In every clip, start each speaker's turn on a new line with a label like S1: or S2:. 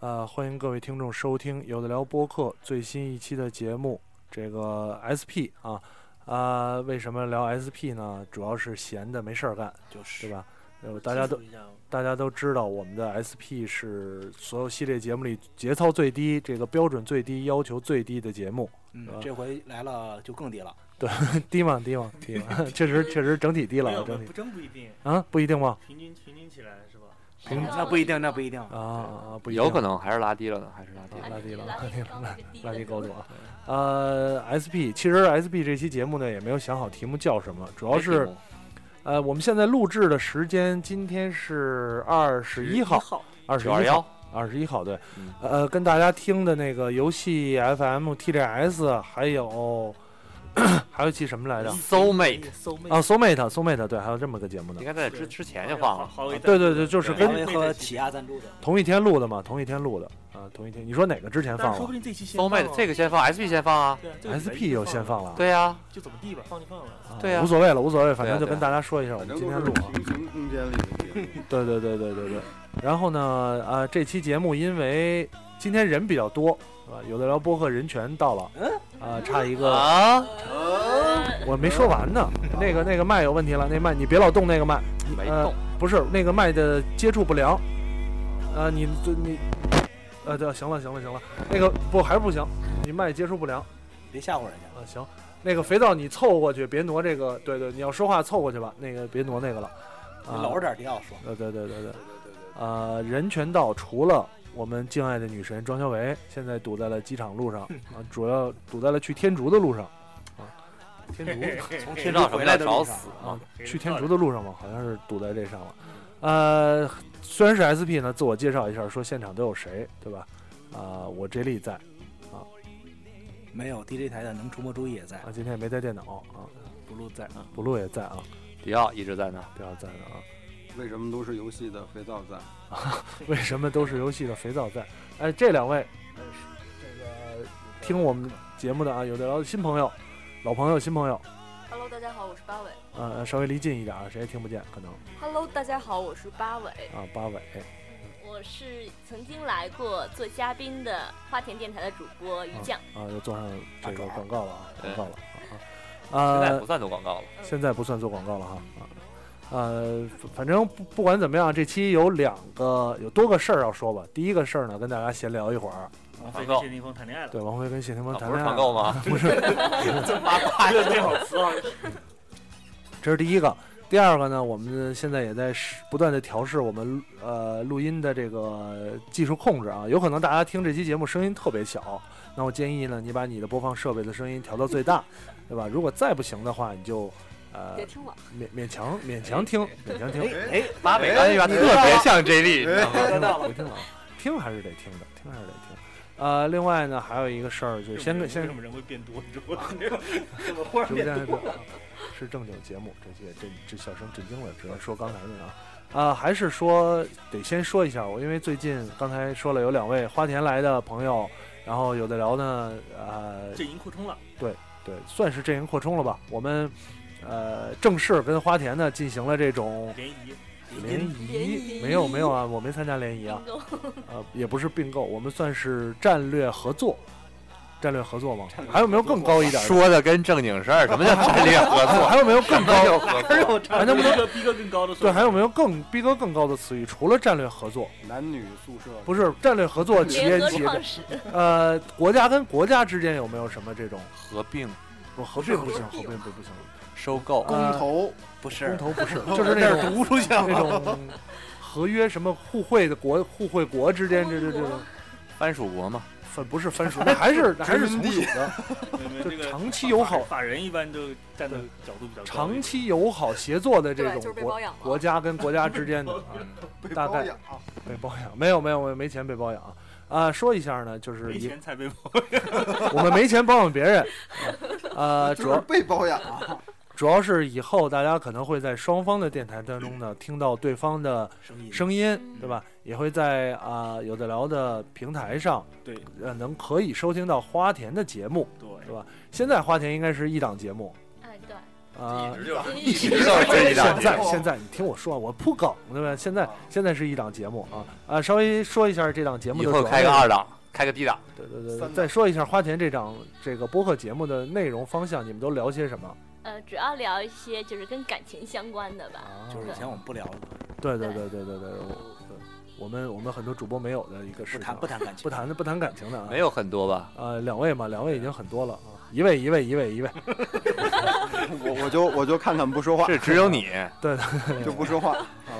S1: 呃，欢迎各位听众收听《有的聊》播客最新一期的节目。这个 SP 啊啊、为什么聊 SP 呢？主要是闲的没事儿干，
S2: 就是
S1: 对吧？呃，大家都
S2: 清楚一下
S1: 大家都知道，我们的 SP 是所有系列节目里节操最低、这个标准最低、要求最低的节目。 是吧
S2: 嗯，这回来了就更低了，
S1: 低嘛低嘛低嘛， 确实确实整体低了
S3: 没
S1: 啊，
S3: 有，
S1: 整体
S3: 不真不一定，
S1: 啊不一定吗？
S3: 平均平均起来是吧？
S4: 哎
S1: 平
S2: 那不一定，那不一定
S1: 啊啊不一定
S5: 有可能还是拉低了呢，还是拉低
S4: 哎
S5: 了。
S1: 拉低了，拉
S6: 拉
S1: 低
S6: 低了，
S1: 了拉
S6: 拉
S1: 低
S6: 低
S1: 高
S6: 高
S1: 度
S6: 度
S1: 啊。呃，SP 其实 SP 这期节目呢也没有想好题目叫什么，主要是呃我们现在录制的时间今天是二十一号，二十
S5: 九二幺，
S1: 二十一号对
S5: 嗯，
S1: 呃，跟大家听的那个游戏 FM TDS 还有 还有一期什么来着？
S5: Soul Mate
S3: 搜妹
S1: 啊，Soulmate Soulmate 对，还有这么个节目呢
S5: 应。该在之之前就放啊了。
S3: 华为
S1: 啊对对对，就是
S2: 华
S1: 跟
S2: 为和起亚赞助的，
S1: 同一天录的嘛，同一天录的啊，同一天。你说哪个之前
S3: 但
S1: 放
S3: 是说
S1: 了
S3: 不定这期先
S5: Soul
S3: 放啊
S5: Mate 这个先放，SP 先放啊。
S3: 个
S1: ？SP 又先放
S3: 了，
S1: 了，
S5: 对呀，
S3: 就怎么地吧，放就放了。
S1: 啊
S5: 对啊
S1: 无所谓了，无所谓，反正就
S5: 对啊
S1: 跟大家说一下，我
S7: 反
S1: 们
S7: 正都
S1: 今天
S7: 是
S1: 录啊。
S7: 平行空间里的节目，
S1: 对对对对对对。然后呢，呃，这期节目因为今天人比较多，是吧？有的聊播客人权到了，
S5: 嗯
S1: 啊，差一个，
S5: 啊，
S1: 我没说完呢。那个那个麦有问题了，那麦你别老动那个麦，
S5: 嗯没
S1: 呃
S5: 动，，
S1: 不是那个麦的接触不良，呃，你就你，呃，对，行了行了行了，那个不还是不行，你麦接触不良。
S2: 别吓唬人家。
S1: 啊，行，那个肥皂你凑过去，别挪这个。对对，你要说话凑过去吧，那个别挪那个了。
S2: 你
S1: 啊，
S2: 搂着点儿别老说，
S1: 呃，对对对对，呃，人权道除了我们敬爱的女神庄小维，现在堵在了机场 路上啊，主要堵在了去天竺的路上啊，天竺
S2: 从
S5: 知
S2: 天
S5: 道
S2: 津
S5: 什么
S2: 回
S5: 叫
S2: 来的路
S5: 找
S2: 上，
S5: 死
S1: 啊
S5: 吗？，
S1: 去天竺的路上嘛，好像是堵在这上了。
S2: 嗯
S1: 呃，虽然是 SP 呢，自我介绍一下，说现场都有谁，对吧？啊、我 J 莉在
S2: 没有 DJ 台的能出没注意也在
S1: 啊，今天也没带电脑啊，
S2: 不录在啊，
S1: 不录也在啊，
S5: 迪奥一直在那。
S1: 不要在了啊。
S7: 为什么都是游戏的肥皂在？
S1: 为什么都是游戏的肥皂在？哎，这两位，呃这个听我们节目的啊，有的聊的新朋友、老朋友、新朋友，
S6: Hello，大家好，我是八尾。
S1: 呃，稍微离近一点啊，谁也听不见，可能
S6: Hello，大家好，我是八尾。
S1: 啊，八尾
S4: 我是曾经来过做嘉宾的花田电台的主播于酱，
S1: 啊，又做上这个广告了啊，
S5: 对
S1: 广告了啊
S5: 现
S1: 啊，
S5: 在
S1: 呃
S5: 不，算做广告了，
S1: 现在不算做广告了哈啊。呃，反正不不管怎么样，这期有两个有多个事儿要说吧。第一个事儿呢，跟大家闲聊一会儿。
S3: 王
S5: 团
S3: 菲
S5: 购
S3: 跟谢霆锋谈恋爱了，
S1: 对，王菲跟谢霆锋
S5: 啊
S1: 谈
S5: 不是
S1: 恋
S5: 团
S1: 爱了，
S5: 购吗？
S3: 这这好词啊，
S1: 这是第一个。第二个呢，我们现在也在试不断的调试我们呃录音的这个技术控制啊，有可能大家听这期节目声音特别小，那我建议呢，你把你的播放设备的声音调到最大，对吧？如果再不行的话，你就呃
S6: 别听我，啊
S1: 勉勉强勉强听，勉强听，
S2: 哎，
S5: 八美干员特别像 J 莉，你知道吗
S1: 别听了，别听了，听还是得听的，听还是得听。呃，另外呢，还有一个事儿就是先
S3: 为
S1: 跟
S3: 什
S1: 先
S3: 么人会变多？你知 道吗？怎么忽然
S1: 直播
S3: 变
S1: 间
S3: 多？
S1: 还是啊是正经节目，这些这这小声震惊了，只能说刚才那啊。啊，还是说得先说一下我，因为最近刚才说了有两位花田来的朋友，然后有的聊呢，呃，
S3: 阵营扩充了，
S1: 对，算是阵营扩充了吧。我们呃正式跟花田呢进行了这种
S3: 联谊
S1: 联
S4: 联
S1: 谊，
S4: 谊
S1: 没有没有啊，我没参加联谊啊，
S4: 能够
S1: 呃，也不是并购，我们算是战略合作，战略合作嘛。还有没有更高一点的？
S5: 说的跟正经事儿，什么叫战略合作？
S1: 还有没有更高？
S5: 合作，
S1: 还哎能不能
S3: 逼格逼格更高的说
S1: 对，还有没有更逼格更高的词语？除了战略合作，
S7: 男女宿舍
S1: 不是战略合作，企业
S4: 联合
S1: 企业
S4: 创始，
S1: 呃，国家跟国家之间有没有什么这种
S5: 合并
S1: 不合并不行，合并不不行，
S5: 收购
S1: 公
S2: 呃
S8: 头
S2: 不是
S1: 公，投不是，就是那
S2: 这
S1: 种
S2: 儿读出去了
S1: 那种 合约什么互惠的国互惠国之间这这这种
S5: 藩属国嘛，
S1: 分不是分属，那还是那还是
S8: 殖民
S1: 从
S8: 地
S1: 属的，
S3: 嗯
S1: 就
S3: 这个
S1: 长期友好
S3: 法人一般都站的角度比较高
S1: 长期友好协作的这
S6: 对就
S1: 种
S6: 是被
S1: 国
S6: 包养了
S4: 啊
S1: 国家跟国家之间的嗯
S8: 被
S1: 大
S8: 包
S1: 概
S8: 养，
S1: 被包养，没有没有没有没钱被包养啊。说一下呢，就是
S3: 没
S1: 一
S3: 钱才被
S1: 我们没钱包养别人，呃，主
S8: 就是
S1: 要
S8: 被包养，
S1: 主要是以后大家可能会在双方的电台当中呢听到对方的
S2: 声音
S1: 声音，对吧？也会在啊、有的聊的平台上，
S3: 对，
S1: 呃，能可以收听到花田的节目。
S3: 对
S1: 现在花田应该是一档节目
S4: 哎，对，
S1: 啊。
S4: 一直
S5: 知道这一档节
S1: 现在
S5: 目，啊
S1: 现在你听我说，啊我铺梗对吧？现在现在是一档节目啊啊，稍微说一下这档节目
S5: 以
S1: 的
S5: 后
S1: 主要
S5: 开个
S1: 内容
S5: 二档，开个 D 档，
S1: 对对对，
S8: 三档
S1: 再说一下花田这档这个播客节目的内容方向，你们都聊些什么？
S4: 呃，主要聊一些就是跟感情相关的吧。
S1: 啊
S2: 就是以前我们不聊，
S1: 对对对对对对，我对我们我们很多主播没有的一个
S2: 不
S1: 事情
S2: 谈
S1: 啊，
S2: 不谈感情，
S1: 不谈不谈感情的啊，
S5: 没有很多吧？
S1: 呃，两位嘛，两位已经很多了啊，一位一位一位一位，
S8: 我我就我就看他们不说话，
S5: 是只有你，
S1: 对
S8: 就不说话，
S1: 啊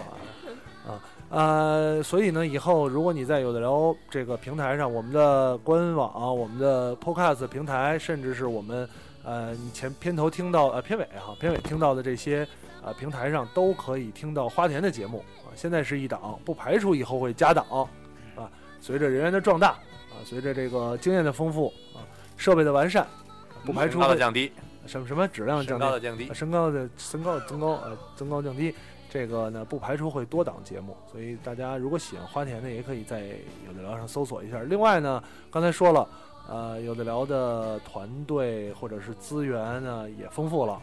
S1: 啊呃，所以呢，以后如果你在有的聊这个平台上，我们的官网、我们的 Podcast 平台，甚至是我们呃你前片头听到呃片尾哈、片尾听到的这些呃平台上，都可以听到花田的节目啊。现在是一档，不排除以后会加档
S5: 嗯
S1: 啊。随着人员的壮大啊，随着这个经验的丰富啊，设备的完善，啊不排除
S5: 身高
S1: 会
S5: 的降低，
S1: 什么什么质量
S5: 身
S1: 降低
S5: 高的降低
S1: 呃，身高的身高的增高呃增高降低，这个呢不排除会多档节目，所以大家如果喜欢花田的，也可以在有的聊上搜索一下。另外呢，刚才说了，呃，有的聊的团队或者是资源呢也丰富了。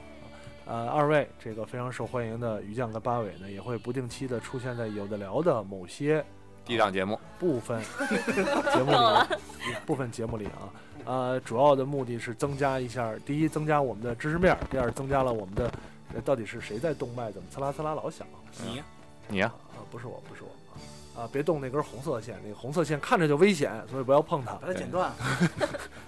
S1: 呃，二位这个非常受欢迎的于酱跟八尾呢，也会不定期的出现在有的聊的某些
S5: D 档节目，
S1: 部分 节目里啊，部分节目里啊，呃，主要的目的是增加一下，第一，增加我们的知识面儿；第二，增加了我们的呃到底是谁在动脉，怎么刺啦刺啦老响
S2: 你
S5: 你啊，
S1: 啊？不是我，不是我啊啊！别动那根红色线，那个红色线看着就危险，所以不要碰它。
S2: 把它剪断，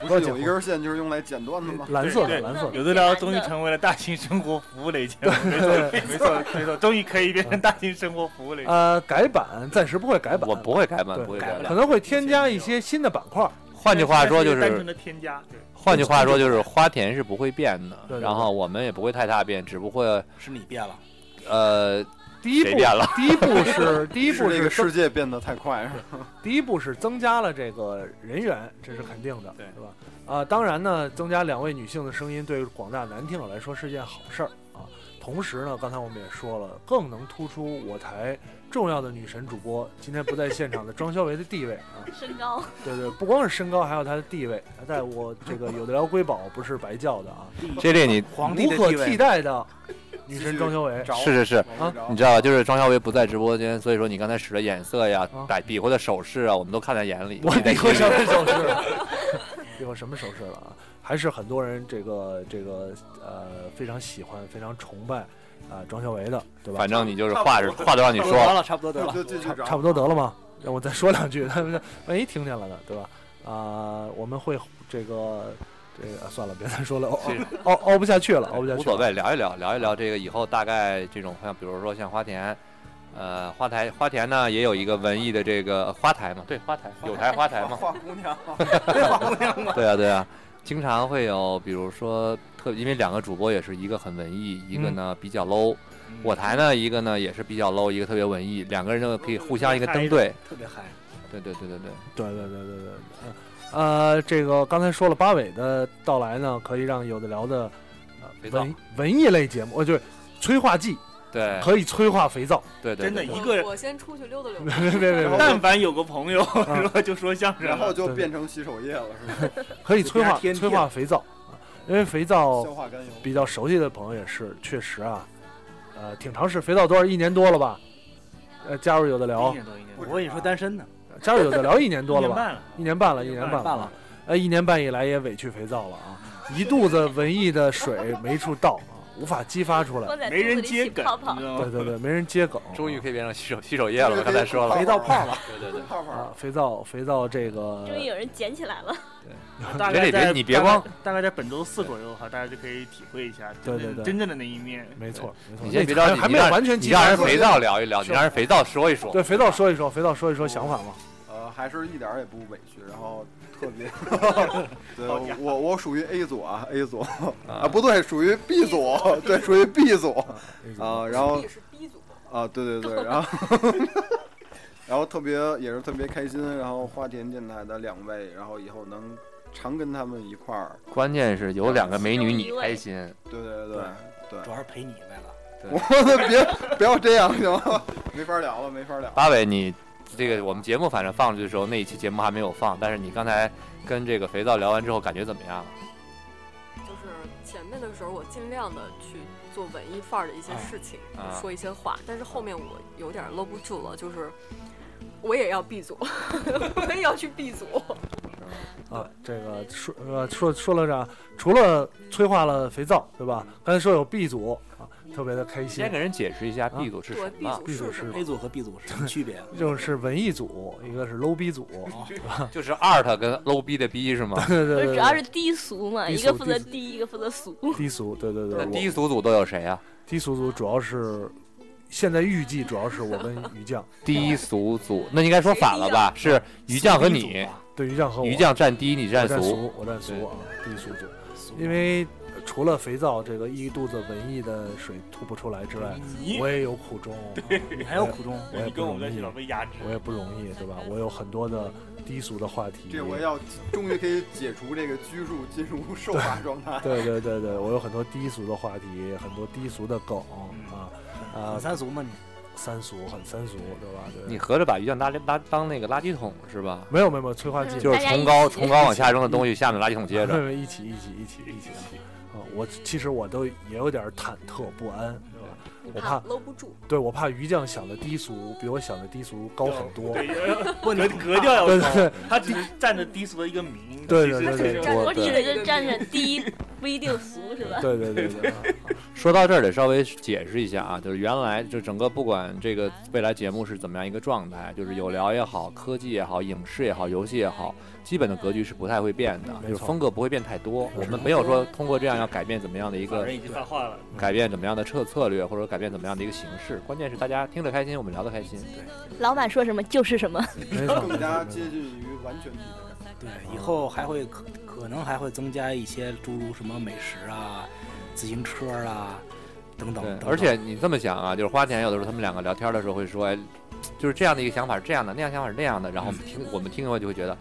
S8: 不是有一根线就是用来剪断的吗？
S1: 蓝色的，
S4: 对
S1: 蓝色的，
S3: 有的聊终于成为了大型生活服务类节目，没错，没错，没错，终于可以变成大型生活服务类。
S1: 呃，改版暂时哎不会改版，
S5: 我不会改版，
S1: 对
S5: 不会
S2: 改
S5: 改版
S2: 不了。
S1: 可能会添加一些新的板块儿。
S5: 换句话说，就
S3: 单纯
S5: 是
S3: 的添加，对，
S5: 换句话说，就是花田是不会变
S1: 对
S5: 的，
S1: 对
S5: 然后我们也不会太大变，只不过
S2: 是你变了，
S5: 呃，
S1: 第一
S5: 谁
S1: 步
S5: 变了，
S1: 第一步是第一
S8: 是
S1: 步
S8: 这个
S1: 是
S8: 世界变得太快是吧？
S1: 第一步是增加了这个人员，这是肯定的，
S3: 对
S1: 吧？啊、当然呢，增加两位女性的声音，对于广大男听友来说是件好事儿啊。同时呢，刚才我们也说了，更能突出我台重要的女神主播今天不在现场的庄小维的地位啊。
S4: 身高，
S1: 对对，不光是身高，还有她的地位，她在我这个有的聊瑰宝不是白叫的啊，
S5: 这里你
S2: 皇帝
S1: 无
S2: 的
S1: 可
S2: 地
S1: 替
S2: 位，
S1: 代的女神庄小维。
S5: 是是是，
S1: 啊
S5: 你知道吧？就是庄小伟不在直播间，所以说你刚才使的眼色呀
S1: 啊、
S5: 摆比划的手势啊，我们都看在眼里。
S1: 我
S5: 你在
S1: 比划
S5: 心
S1: 什
S5: 里
S1: 么手势了？比划什么手势了啊？还是很多人这个这个呃非常喜欢、非常崇拜啊、庄小维的，对吧
S5: 反？正你就是话是话都让你
S2: 差不
S5: 说了，
S2: 多得了，差不多得了
S8: 就，就就
S1: 差差不多得了吗？让我再说两句，他们万一听见了呢，对吧？啊、我们会这个这个、啊算了，别再说了，熬熬熬不下去了，熬不下去了
S5: 无所谓，聊一聊，聊一聊这个以后大概这种像比如说像花田，呃，花台花田呢也有一个文艺的这个花台嘛，对，花台有台花台嘛，
S8: 花姑娘，
S5: 对啊，对啊，经常会有，比如说特，因为两个主播也是一个很文艺，一
S1: 嗯
S5: 个呢比较 low，、我
S2: 嗯
S5: 台呢一个呢也是比较 low，一个特别文艺，两个人呢可以互相一个登对，
S2: 特别嗨，
S5: 对对对对对，
S1: 对对对对对，呃，呃这个刚才说了八尾的到来呢，可以让有的聊的
S5: 啊肥
S1: 呃
S5: 皂
S1: 文文艺类节目，哦，就是催化剂
S5: 对
S1: 可以催化肥皂，
S5: 对对，
S3: 真的，
S5: 对
S3: 一个人，
S6: 我先出去溜达溜
S1: 别
S6: 达。
S1: 别别别，别
S3: 但凡有个朋友
S1: 嗯
S3: 说就说相声
S8: 然后
S3: 了，
S8: 就
S1: 对对
S8: 变成洗手液了，是吧？
S1: 可以催化
S2: 就变成天
S1: 催化肥皂啊，因为肥皂
S8: 消化甘油，
S1: 比较熟悉的朋友也是，确实啊，呃，挺长时间，肥皂多少一年多了吧？呃，加入有的聊
S3: 一，年多一年多，
S2: 我跟你说单身呢，
S1: 加入有的聊一年多
S3: 一
S1: 了
S3: 年
S1: 吧？
S3: 半了，
S1: 一年半了，一年半
S2: 办
S1: 了
S2: 了。，
S1: 呃，一年半以来也委屈肥皂了啊，一肚子文艺的水没处倒啊，无法激发出 来。
S4: 光在
S3: 没
S4: 肚子
S3: 人
S4: 里
S3: 接
S4: 起
S3: 梗，
S4: 泡
S3: 你
S4: 泡
S3: 知，道
S1: 对
S3: 吗？
S1: 对对，没人接梗。啊
S5: 终于可以变成洗手洗手液了，我刚才说了，
S2: 肥皂泡了，
S5: 对对对，
S8: 泡泡
S1: 啊，肥皂肥皂这个
S4: 终于有人捡起来了。
S3: 大
S5: 别
S3: 概
S5: 理别
S3: 在
S5: 你别
S3: 大概
S5: 光，
S3: 大概在本周四左右哈，大家就可以体会一下
S1: 对
S3: 真
S1: 对
S3: 正
S1: 对
S3: 真正的那一面。
S1: 没错，没错。
S5: 你先别
S1: 那
S5: 着急，
S1: 还
S5: 你
S1: 没有
S5: 让
S1: 完全
S5: 你
S1: 激
S5: 让
S1: 发
S5: 人
S1: 出来
S5: 肥皂聊一聊，
S1: 是
S5: 你让人肥皂说一说。
S1: 对肥皂说一说，肥皂说一说想法嘛。
S8: 呃，还是一点儿也不委屈，然后特别，对我我属于 A 组啊，A 组啊，不对，属于 B 组，对，属于 B 组啊，然后
S6: 是 B 组，
S8: 啊，对对对，然后然后特别也是特别开心，然后花田电台的两位，然后以后能常跟他们一块儿，
S5: 关键是有两个美女，你开心。
S8: 对对对对，
S2: 主要是陪你来了。
S8: 我别不要这样行吗？ 没法聊了，没法聊了。
S5: 八尾，你这个我们节目反正放出去的时候，那一期节目还没有放，但是你刚才跟这个肥皂聊完之后，感觉怎么样？
S6: 就是前面的时候我尽量的去做文艺范儿的一些事情，
S5: 啊
S6: 说一些话，但是后面我有点搂不住了，就是我也要 B 组，我也要去 B 组，
S1: 啊，这个说呃说说了啥？除了催化了肥皂，对吧？刚才说有 B 组啊，特别的开心
S5: 先。给人解释一下 B 组是
S6: 对
S5: 什
S6: B
S5: 么
S6: 组，
S1: B 组
S6: 是
S1: 是
S6: 什么？
S2: 啊 A 组和 B 组是什么区别啊？
S1: 一种是文艺组，一个是 low B 组。
S5: 就是 art 跟 low 逼的逼是吗？
S1: 对对
S4: 不
S1: 对
S4: 是
S1: 对，
S4: 主要是低俗嘛，
S1: 低
S4: 一
S1: 俗
S4: 个负责
S1: 低俗
S4: 低，一个负责俗。
S1: 低俗。对对对，
S5: 那
S1: 我
S5: 低俗组都有谁啊？
S1: 低俗组主要是现在预计主要是我跟于酱，
S5: 低俗组，那应该说反了吧？是于酱和
S2: C
S5: 你
S2: 组，吧
S1: 对于酱和我，
S5: 于酱占低，你
S1: 我
S5: 占
S1: 占
S5: 俗。
S1: 俗，我占俗啊，低俗组。
S2: 俗
S1: 因为呃除了肥皂这个一肚子文艺的水吐不出来之外，
S3: 你
S1: 我也有苦衷，啊
S2: 你还有苦衷，
S1: 我也
S3: 你
S1: 不
S3: 跟我们在
S1: 容
S3: 现
S1: 易
S3: 场，被压制，
S1: 我也不容易，对吧？我有很多的低俗的话题。
S8: 这回要终于可以解除这个拘束，进入受罚状态。
S1: 对对对对，我有很多低俗的话题，很多低俗的梗啊
S2: 很
S1: 啊，
S2: 三俗嘛你。
S1: 三俗很三俗，对吧？对
S5: 你合着把于酱拉拉当那个垃圾桶是吧？
S1: 没有没有没有催化剂，
S5: 就是
S4: 大家一
S5: 从高
S4: 起
S5: 从高往下扔的东西，下面垃圾桶接
S1: 没有
S5: 着。
S1: 没有一起一起一起一起啊！我其实我都也有点忐忑不安，对吧？
S6: 你
S1: 我
S6: 怕
S1: 怕
S6: 搂不住，
S1: 对我怕于酱想的低俗比我想的低俗高很多。
S3: 对，格格调要
S1: 对
S3: 高，
S1: 对
S3: 他只是占着低俗的一个名。
S1: 对
S3: 其实
S1: 对对对
S3: 这就
S6: 我
S4: 我只
S6: 对
S4: 是就站着低，不一定俗是吧？
S1: 对对对对，啊
S5: 说到这儿得稍微解释一下啊，就是原来就整个不管这个未来节目是怎么样一个状态，就是有聊也好，科技也好，影视也好，游戏也好，基本的格局是不太会变的，
S1: 没
S5: 就是
S1: 错
S5: 风格不会变太多。
S1: 是
S5: 我们没有说通过这样要改变怎么样的一
S3: 法
S5: 个
S3: 人已经发话了，
S5: 改变怎么样的策策略，或者改变怎么样的一个形式，关键是大家听着开心，我们聊得开心。
S4: 老板说什么就是什么。
S1: 没错
S8: 更加接近于完全体的感觉。
S2: 对，以后还会可可能还会增加一些诸如什么美食啊、自行车啊等等
S5: 对
S2: 等，等。
S5: 而且你这么想啊，就是花田有的时候他们两个聊天的时候会说，哎，就是这样的一个想法是这样的，那样想法是那样的，然后我们听我们听的话就会觉得，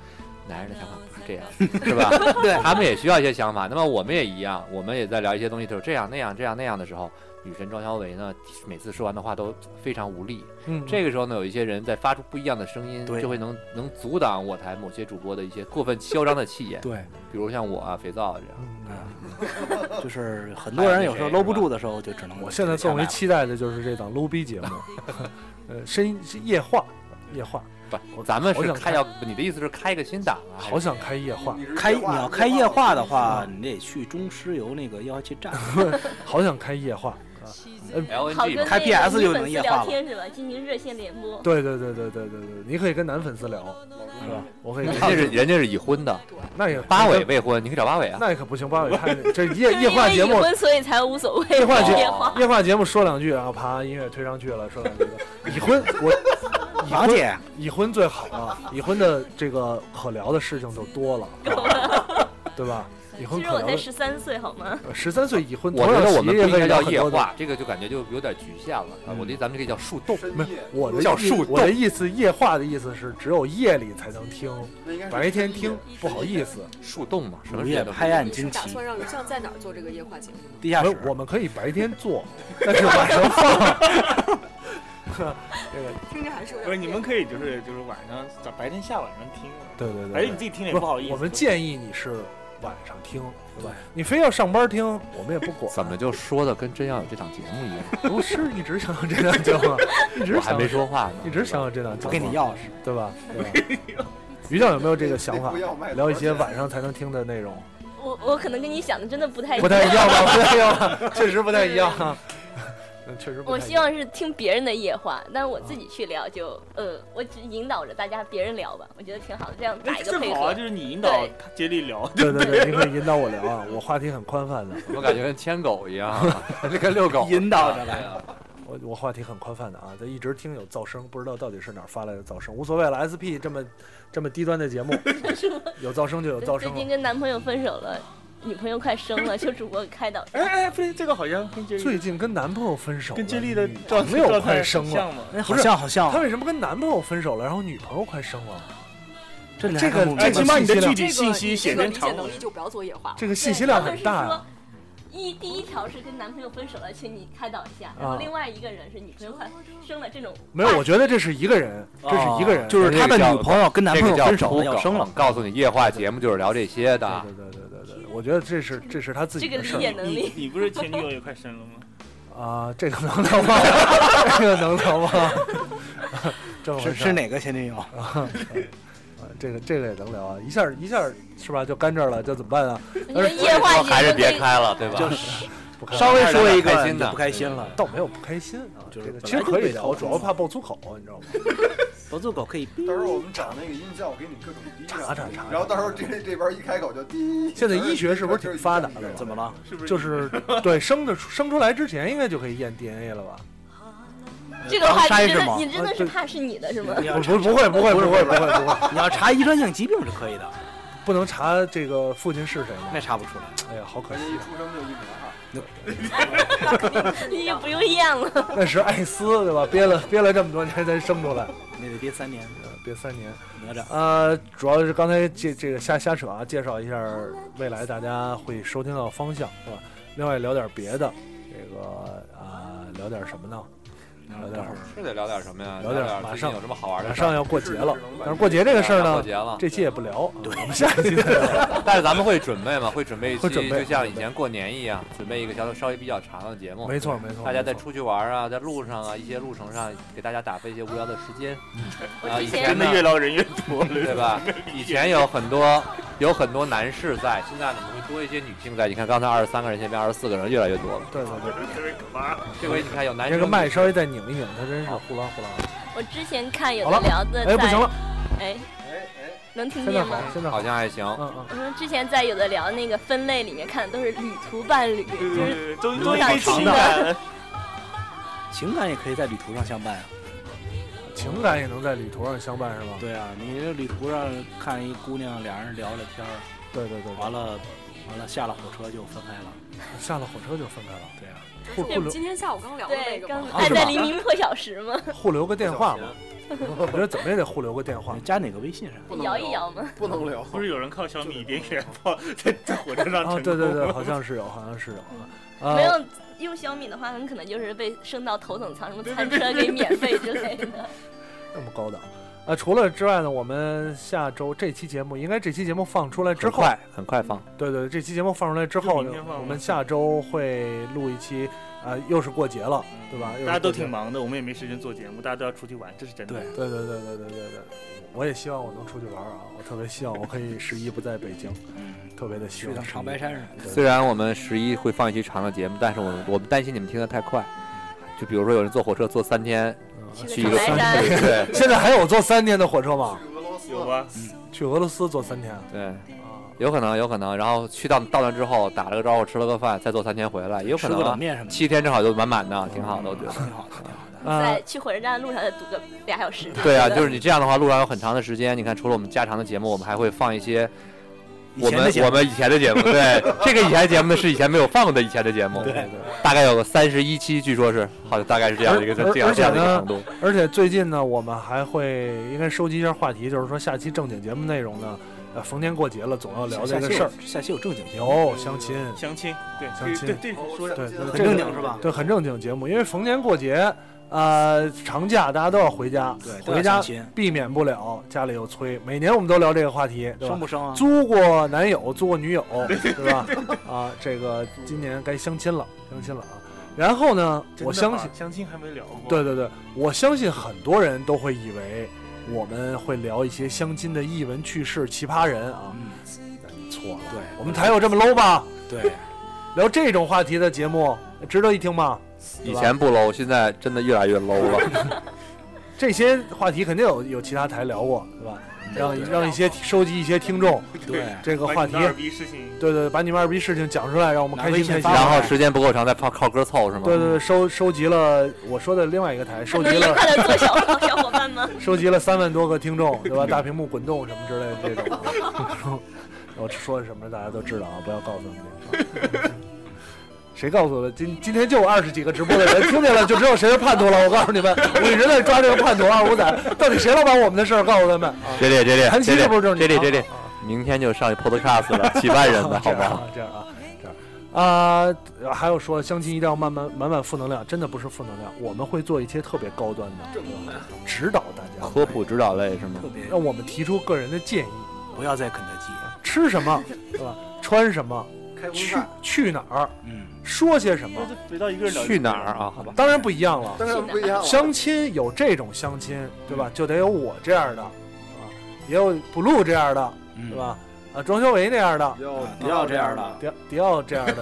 S5: 男人的想法不是这样，是吧？ 对，他们也需要一些想法。那么我们也一样，我们也在聊一些东西，就是这样那样这样那样的时候，女神庄小伟呢，每次说完的话都非常无力。
S1: 嗯，
S5: 这个时候呢，有一些人在发出不一样的声音，
S2: 对
S5: 就会能能阻挡我台某些主播的一些过分嚣张的气焰，
S2: 对，
S5: 比如像我啊、肥皂啊这样。
S1: 嗯
S2: 就是很多人有时候搂不住的时候，就只能
S1: 我现在更为
S2: 为
S1: 期待的就是这档 low 逼节目， 呃，深是夜话，夜话，
S5: 不，咱们
S1: 好
S5: 是
S1: 想
S5: 开
S1: 看
S5: 要你的意思是开个新档啊？还
S1: 好
S5: 是
S1: 想开夜话
S8: 你，是
S2: 开
S8: 夜
S2: 你
S8: 话
S2: 要开夜话的话，，你得去中石油那个要去站，
S1: 好想开夜话啊！
S4: 好
S5: LNG 嘛
S4: 跟
S2: 开
S4: 那个
S2: PS
S4: 女
S2: 就
S4: 粉
S2: 能
S4: 丝
S2: 夜话
S4: 聊
S2: 了
S4: 天是吧？进行热线联播。
S1: 对对对对对对对，你可以跟男粉丝聊，是吧？我 可以，
S5: 人家嗯是人家是已婚的，
S1: 那也
S5: 八尾未婚，你可以找八尾啊。
S1: 那可不 行，八尾太这夜
S4: 就是
S1: 夜
S4: 因
S1: 话
S4: 为
S1: 节
S4: 已
S1: 目
S4: 婚，所以才无所谓。
S1: 夜话节
S4: 夜话
S1: 夜话节目说两句，然后啪音乐推上去了，说两句的 已婚，我
S2: 王姐
S1: 已婚最好啊，已婚的这个可聊的事情就多了，对吧？已婚
S4: 其实
S1: 可
S4: 我
S1: 聊
S4: 才
S1: 的呃
S4: 十三岁好吗？
S1: 十三岁已婚，
S5: 我觉得我们不
S1: 也
S5: 应
S1: 可以
S5: 该
S1: 聊
S5: 叫
S1: 很
S5: 夜
S1: 多的嗯
S5: 话，这个就感觉就有点局限了。啊我觉得咱们这个叫树洞，
S8: 深夜
S1: 我的
S5: 叫
S1: 意
S5: 树
S1: 我的意思，夜话的意思是只有夜里才能听，
S8: 那
S4: 哎
S8: 应该是
S1: 白天
S8: 深夜
S1: 听不好意思。
S5: 树洞嘛，什么
S2: 午
S5: 时间
S2: 夜
S5: 都
S2: 拍案
S6: 你是
S2: 惊
S6: 打
S2: 奇，
S6: 算让于酱在哪儿做这个夜话节目？
S2: 地下
S1: 没
S2: 室
S1: 有，我们可以白天做，但是晚上放。这个
S6: 听着还是有
S3: 不是
S6: 点
S3: 你们可以就是就是晚上早白天下晚上听，
S1: 对对
S3: 而且
S1: 对
S3: 哎你自己听着也
S1: 对，
S3: 不好意思。
S1: 我们建议你是晚上听，对吧？你非要上班听，我们也不管。
S5: 怎么就说的跟真要有这档节目一样？
S1: 不是一直想要这档节目，一直
S5: 我还
S1: 想
S5: 没，说话呢，
S1: 一直想要这档节目，
S2: 不给你钥匙，
S1: 对吧？对吧？于酱有没有这个想法
S8: 不要卖？
S1: 聊一些晚上才能听的内容，
S4: 我我可能跟你想的真的不太一
S1: 不
S4: 样。
S1: 太一样吧？不太一样吧，确实不太一样啊。 嗯，确实不
S4: 我
S1: 太一
S4: 希
S1: 样
S4: 望是听别人的夜话，但我自己去聊就呃，我只引导着大家别人聊吧，我觉得挺好的，这样打一个
S3: 正
S4: 配
S3: 好啊，
S4: 合。
S3: 就是你引导
S4: 对
S3: 他接力聊，
S1: 对对对，你可以引导我聊啊，我话题很宽泛的，
S5: 我感觉跟牵狗一样， 这跟遛狗一样
S3: 引导着来
S5: 对啊
S1: 我我话题很宽泛的啊，就一直听有噪声，不知道到底是哪儿发来的噪声，无所谓了。SP 这么这么低端的节 目，有噪声就有噪
S4: 最
S1: 声
S4: 近
S1: 了。
S4: 跟男朋友分手了，女朋友快生了，求主播开导。
S3: 哎哎，不对，这个好像跟接力
S1: 最近跟男朋友分手了，
S3: 跟接力的
S1: 女
S3: 照
S1: 朋友
S3: 照
S1: 快
S3: 片
S1: 生了
S3: 像，吗？
S2: 哎，
S1: 不
S2: 好
S1: 是
S2: 像好像
S1: 他，为什么跟男朋友分手了，然后女朋友快生了？
S2: 这
S1: 这个
S3: 哎，
S1: 这
S3: 起
S1: 个
S3: 码你的
S1: 信息
S3: 具
S1: 量
S3: 体信息写
S6: 这个
S3: 成
S6: 理解
S3: 长
S6: 能
S3: 文
S6: 力，就不要做夜话了。
S1: 这个信息量很大
S4: 对他们
S1: 啊。
S4: 一第一条是跟男朋友分手了，请你开导一下。然后另外一个人是女朋友快生了，这种
S1: 没有，我觉得这是一个人，这哦是一个人，
S2: 就是他的
S5: 这个叫
S2: 女朋友跟男
S5: 这
S2: 朋
S5: 个
S2: 友
S5: 叫
S2: 分手
S5: 铺
S2: 了，要
S5: 梗
S2: 生了。
S5: 告诉你，夜话节目就是聊这些的。
S1: 对对对对对对，我觉得这是这是他自己
S4: 这个
S1: 的事
S4: 理
S1: 儿
S4: 解能
S3: 你
S4: 力。
S3: 你不是前女友也快生了吗？
S1: 啊，这个能聊吗？这个能聊 吗？这么回
S2: 是
S1: 事
S2: 是哪个前女友？
S1: 啊这个这个也能聊啊，一下一下是吧？就干这儿了，这怎么办啊？
S4: 我觉得夜话
S5: 说还是
S4: 节目可
S5: 别
S4: 以
S5: 开了，对吧？
S1: 不开
S2: 稍微
S5: 还是
S2: 说一
S5: 开
S2: 个
S5: 心
S2: 你就
S5: 的
S2: 不开心了。
S1: 倒没有不开心啊，
S2: 就是
S1: 这个
S2: 本
S1: 其实
S2: 来就
S1: 可以
S2: 没聊
S1: 聊，
S2: 出
S1: 主要怕爆粗口，你知道吗？
S2: 合作狗可以逼
S8: 到时候我们找那个音效，我给你各种逼上
S1: 查查查
S8: 然后到时候这这边一开口就滴。
S1: 现在医学是不是挺发达的？
S2: 啊怎么了？
S3: 是不是？
S1: 就是对生的生出来之前应该就可以验 DNA 了吧？
S4: 这个话
S2: 当
S4: 题
S2: 筛
S4: 真
S2: 是
S4: 的
S2: 吗，
S4: 你真的
S1: 啊
S4: 是
S1: 对
S4: 怕是你的是吗？
S2: 你要
S1: 不不不会不会不会不会不会，
S2: 你要查遗传性疾病是可以的，
S1: 不能查这个父亲是谁
S2: 那
S1: 吗？
S2: 查不出来。
S1: 哎呀，好可
S8: 关键
S1: 惜
S8: 一，出生就一模哈，
S4: 你不用验了。
S1: 那是艾斯对吧？憋了憋了这么多年才生出来，
S2: 那得憋三年，
S1: 呃憋三年。
S2: 哪吒。
S1: 呃，主要是刚才这这个瞎瞎扯啊，介绍一下未来大家会收听到方向是吧？另外聊点别的，这个啊、聊点什么呢？
S2: 嗯
S1: 聊点
S5: 是得聊点什么呀？
S1: 聊点
S5: 点
S1: 马
S5: 最
S1: 上
S5: 近有什么好玩的
S1: 马
S5: 事儿？
S1: 上要过节了，但是过节这个事儿
S5: 马上
S1: 呢
S5: 过，节了，
S1: 这期也不聊，啊我们下一期再聊。
S5: 但是咱们会准备嘛？会准备一期，
S1: 会准备
S5: 就像以前过年一样，准备一个稍稍微比较长的节目。
S1: 没错没错，
S5: 大家在
S1: 没错
S5: 出去玩啊，在路上啊，一些路程上给大家打发一些无聊的时间。
S1: 嗯
S4: 我
S5: 啊，
S4: 之
S5: 以
S4: 前嗯
S5: 前
S3: 真
S5: 呢
S3: 的，越聊人越 多了，
S5: 对吧？以前有很多有很多男士在，现在怎么会多一些女性在？你看刚才二十三个人，现在变二十四个人，越来越多了。
S1: 对对对，
S5: 这回你看有男
S1: 这
S5: 生
S1: 个麦稍微再拧一拧，它真是呼啦呼啦。
S4: 我之前看有
S1: 好了
S4: 的聊的在，
S1: 哎，不行了，
S4: 哎
S8: 哎哎，
S4: 能听
S1: 现在
S4: 见
S1: 好
S4: 吗？，
S1: 现在
S5: 好
S1: 好，
S5: 像还行。
S1: 嗯嗯，
S4: 我说之前在有的聊那个分类里面看的都是旅途伴侣，
S3: 对
S4: 就
S3: 对
S4: 是
S3: 对，终于终于可以情感了，
S2: 情感也可以在旅途上相伴啊。
S1: 嗯情感也能在旅途上相伴是吧？
S2: 对啊，你这旅途上看一姑娘，俩人聊聊天儿，
S1: 对对对，
S2: 完了，完了下了火车就分开了。
S1: 对下了火车就分开了，
S2: 对啊，
S6: 就是
S1: 互
S6: 我
S1: 互
S6: 们
S1: 留
S6: 今天下午刚聊的那
S4: 对，
S6: 个
S4: 刚
S6: 嘛，
S4: 爱在黎明破晓时嘛，
S1: 互留个电话嘛，
S5: 嗯
S1: 我觉得怎么也得互留个电话
S2: 你。加哪个微信啥？
S8: 不能
S4: 摇一摇嘛。
S8: 不能聊。
S3: 不是有人靠小米点远炮 在在火车上成功
S1: 啊，
S3: 吗
S1: 对对对，好像是有，好像是有啊。
S6: 嗯
S4: 没
S1: 呃，
S4: 有用小米的话，很可能就是被升到头等舱，什么餐车给免费之类 的。
S1: 那么高档。呃，除了之外呢，我们下周这期节目，应该这期节目放出来之
S5: 很
S1: 后，
S5: 快，很快放。
S1: 对对，这期节目放出来之后
S3: 就明
S1: 呢
S3: 天放，吗
S1: 我们下周会录一期，呃，又是过节了，对吧？又是
S3: 大家都
S1: 过节
S3: 挺忙的，我们也没时间做节目，大家都要出去玩，这是真的。
S2: 对
S1: 对对对对对对对，我也希望我能出去玩儿啊！我特别希望我可以十一不在北京，
S2: 嗯，
S1: 特别的希
S2: 去
S1: 望
S2: 趟长白山什么的。
S5: 虽然我们十一会放一期长的节目，但是我们我们担心你们听得太快。就比如说有人坐火车坐三天去
S4: 去
S5: 一
S4: 个
S5: 个
S4: 长白山，
S5: 对
S1: 现在还有坐三天的火车吗？
S8: 去俄罗斯
S3: 有啊，
S1: 去俄罗斯坐三天啊？
S5: 对，有可能有可能。然后去到到那之后打了个招呼，吃了个饭，再坐三天回来，也有可
S2: 吃
S5: 能
S2: 个
S5: 啊
S2: 冷。面什么的，
S5: 七天正好就满满的，挺好的，我觉得。
S2: 挺好的，挺好的。
S1: 呃
S3: 啊
S4: 在，去火车站的路上再堵个俩小时。
S5: 对啊，就是你这样的话，路上有很长的时间。你看，除了我们加长的节目，我们还会放一些我
S2: 以前的
S5: 们
S2: 节目
S5: 我们以前的节目。 对，这个以前的节目呢是以前没有放过的以前的节目，
S1: 对对对。
S5: 大概有个三十一期，据说是，好像大概是这样的一个
S1: 而
S5: 这样
S1: 而
S5: 这
S1: 且
S5: 样
S1: 呢
S5: 的一个程度。
S1: 而且最近呢，我们还会应该收集一下话题，就是说下期正经节目内容呢，呃，逢年过节了，总要聊这个事儿。
S2: 下期有下期有正经节目，
S1: 有相亲，
S3: 相亲，对
S1: 相亲
S3: 对对，
S8: 哦
S3: 对说
S1: 对，
S8: 很
S1: 这个
S2: 正经是吧
S1: 对，很正经节目，因为逢年过节，呃，长假大家都要回家，
S2: 对，都要
S1: 回家
S2: 相亲
S1: 避免不了家里又催，每年我们都聊这个话题，对吧
S2: 生？不生啊？
S1: 租过男友，租过女 友，对吧？啊，这个今年该相亲了，相亲了啊。然后呢，
S3: 真的
S1: 我相信
S3: 啊，相亲还没聊过，
S1: 对对对，我相信很多人都会以为我们会聊一些相亲的逸闻趣事、奇葩人啊，
S2: 嗯，
S1: 错了，
S2: 对，
S1: 我们台有这么 low 吧？
S2: 对，
S1: 聊这种话题的节目值得一听吗？
S5: 以前不 low，现在真的越来越 low 了。
S1: 这些话题肯定有有其他台聊过，对吧？
S3: 嗯
S1: 让让一些收集一些听众，
S2: 对
S1: 这个话题，
S3: 把你们二逼事情
S1: 对对，把你们二逼事情讲出来，让我们开心开心。
S5: 然后时间不够长，再靠靠歌凑是吗？
S1: 对对对，收收集了我说的另外一个台，收集了
S4: 快乐 做小小伙伴们，
S1: 收集了三万多个听众，对吧？大屏幕滚动什么之类的这种， 我说的什么大家都知道啊，不要告诉你们。谁告诉我的？今今天就二十几个直播的人听见了，就知道谁是叛徒了。我告诉你们，我一直在抓这个叛徒二五仔，到底谁老把我们的事儿告诉他们？啊
S5: 这里这里
S1: 韩琦
S5: 这
S1: 是不是就是
S5: 里
S1: 你？
S5: 这里这
S1: 啊
S5: 里，明天就上去 Podcast 了，几万人 的好
S1: 这样
S5: 不好
S1: 啊？这样啊，这样啊、还有说相亲一定要慢慢满满负能量，真的不是负能量，我们会做一些特别高端的指导大家，
S5: 科普指导类是吗？
S1: 让我们提出个人的建议，
S2: 不要在肯德基，
S1: 吃什么，对吧？穿什么，
S8: 开
S1: 去去哪儿，
S2: 嗯，
S1: 说些什么，
S3: 别到一个人聊
S5: 去哪儿啊？好吧，
S1: 当然不一样了。
S8: 当然不一样了。
S1: 相亲有这种相亲，对
S2: 嗯
S1: 吧？就得有我这样的，啊，也有 blue 这样的，
S2: 嗯
S1: 对吧？啊，庄修为那样的，
S8: 要
S2: 迪奥这样的，
S1: 迪迪奥这样的，